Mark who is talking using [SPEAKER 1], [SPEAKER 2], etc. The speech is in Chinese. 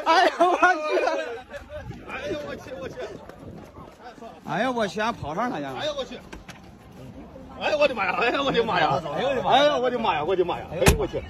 [SPEAKER 1] 哎呦我去！
[SPEAKER 2] 哎呦我去我去！
[SPEAKER 1] 哎呀我去，俺跑上他去了
[SPEAKER 2] 哎。呦我去！哎呦我的妈呀！哎呦我的妈呀！哎呦我的妈呀！哎呦我的妈呀！我的妈呀！哎呦我去！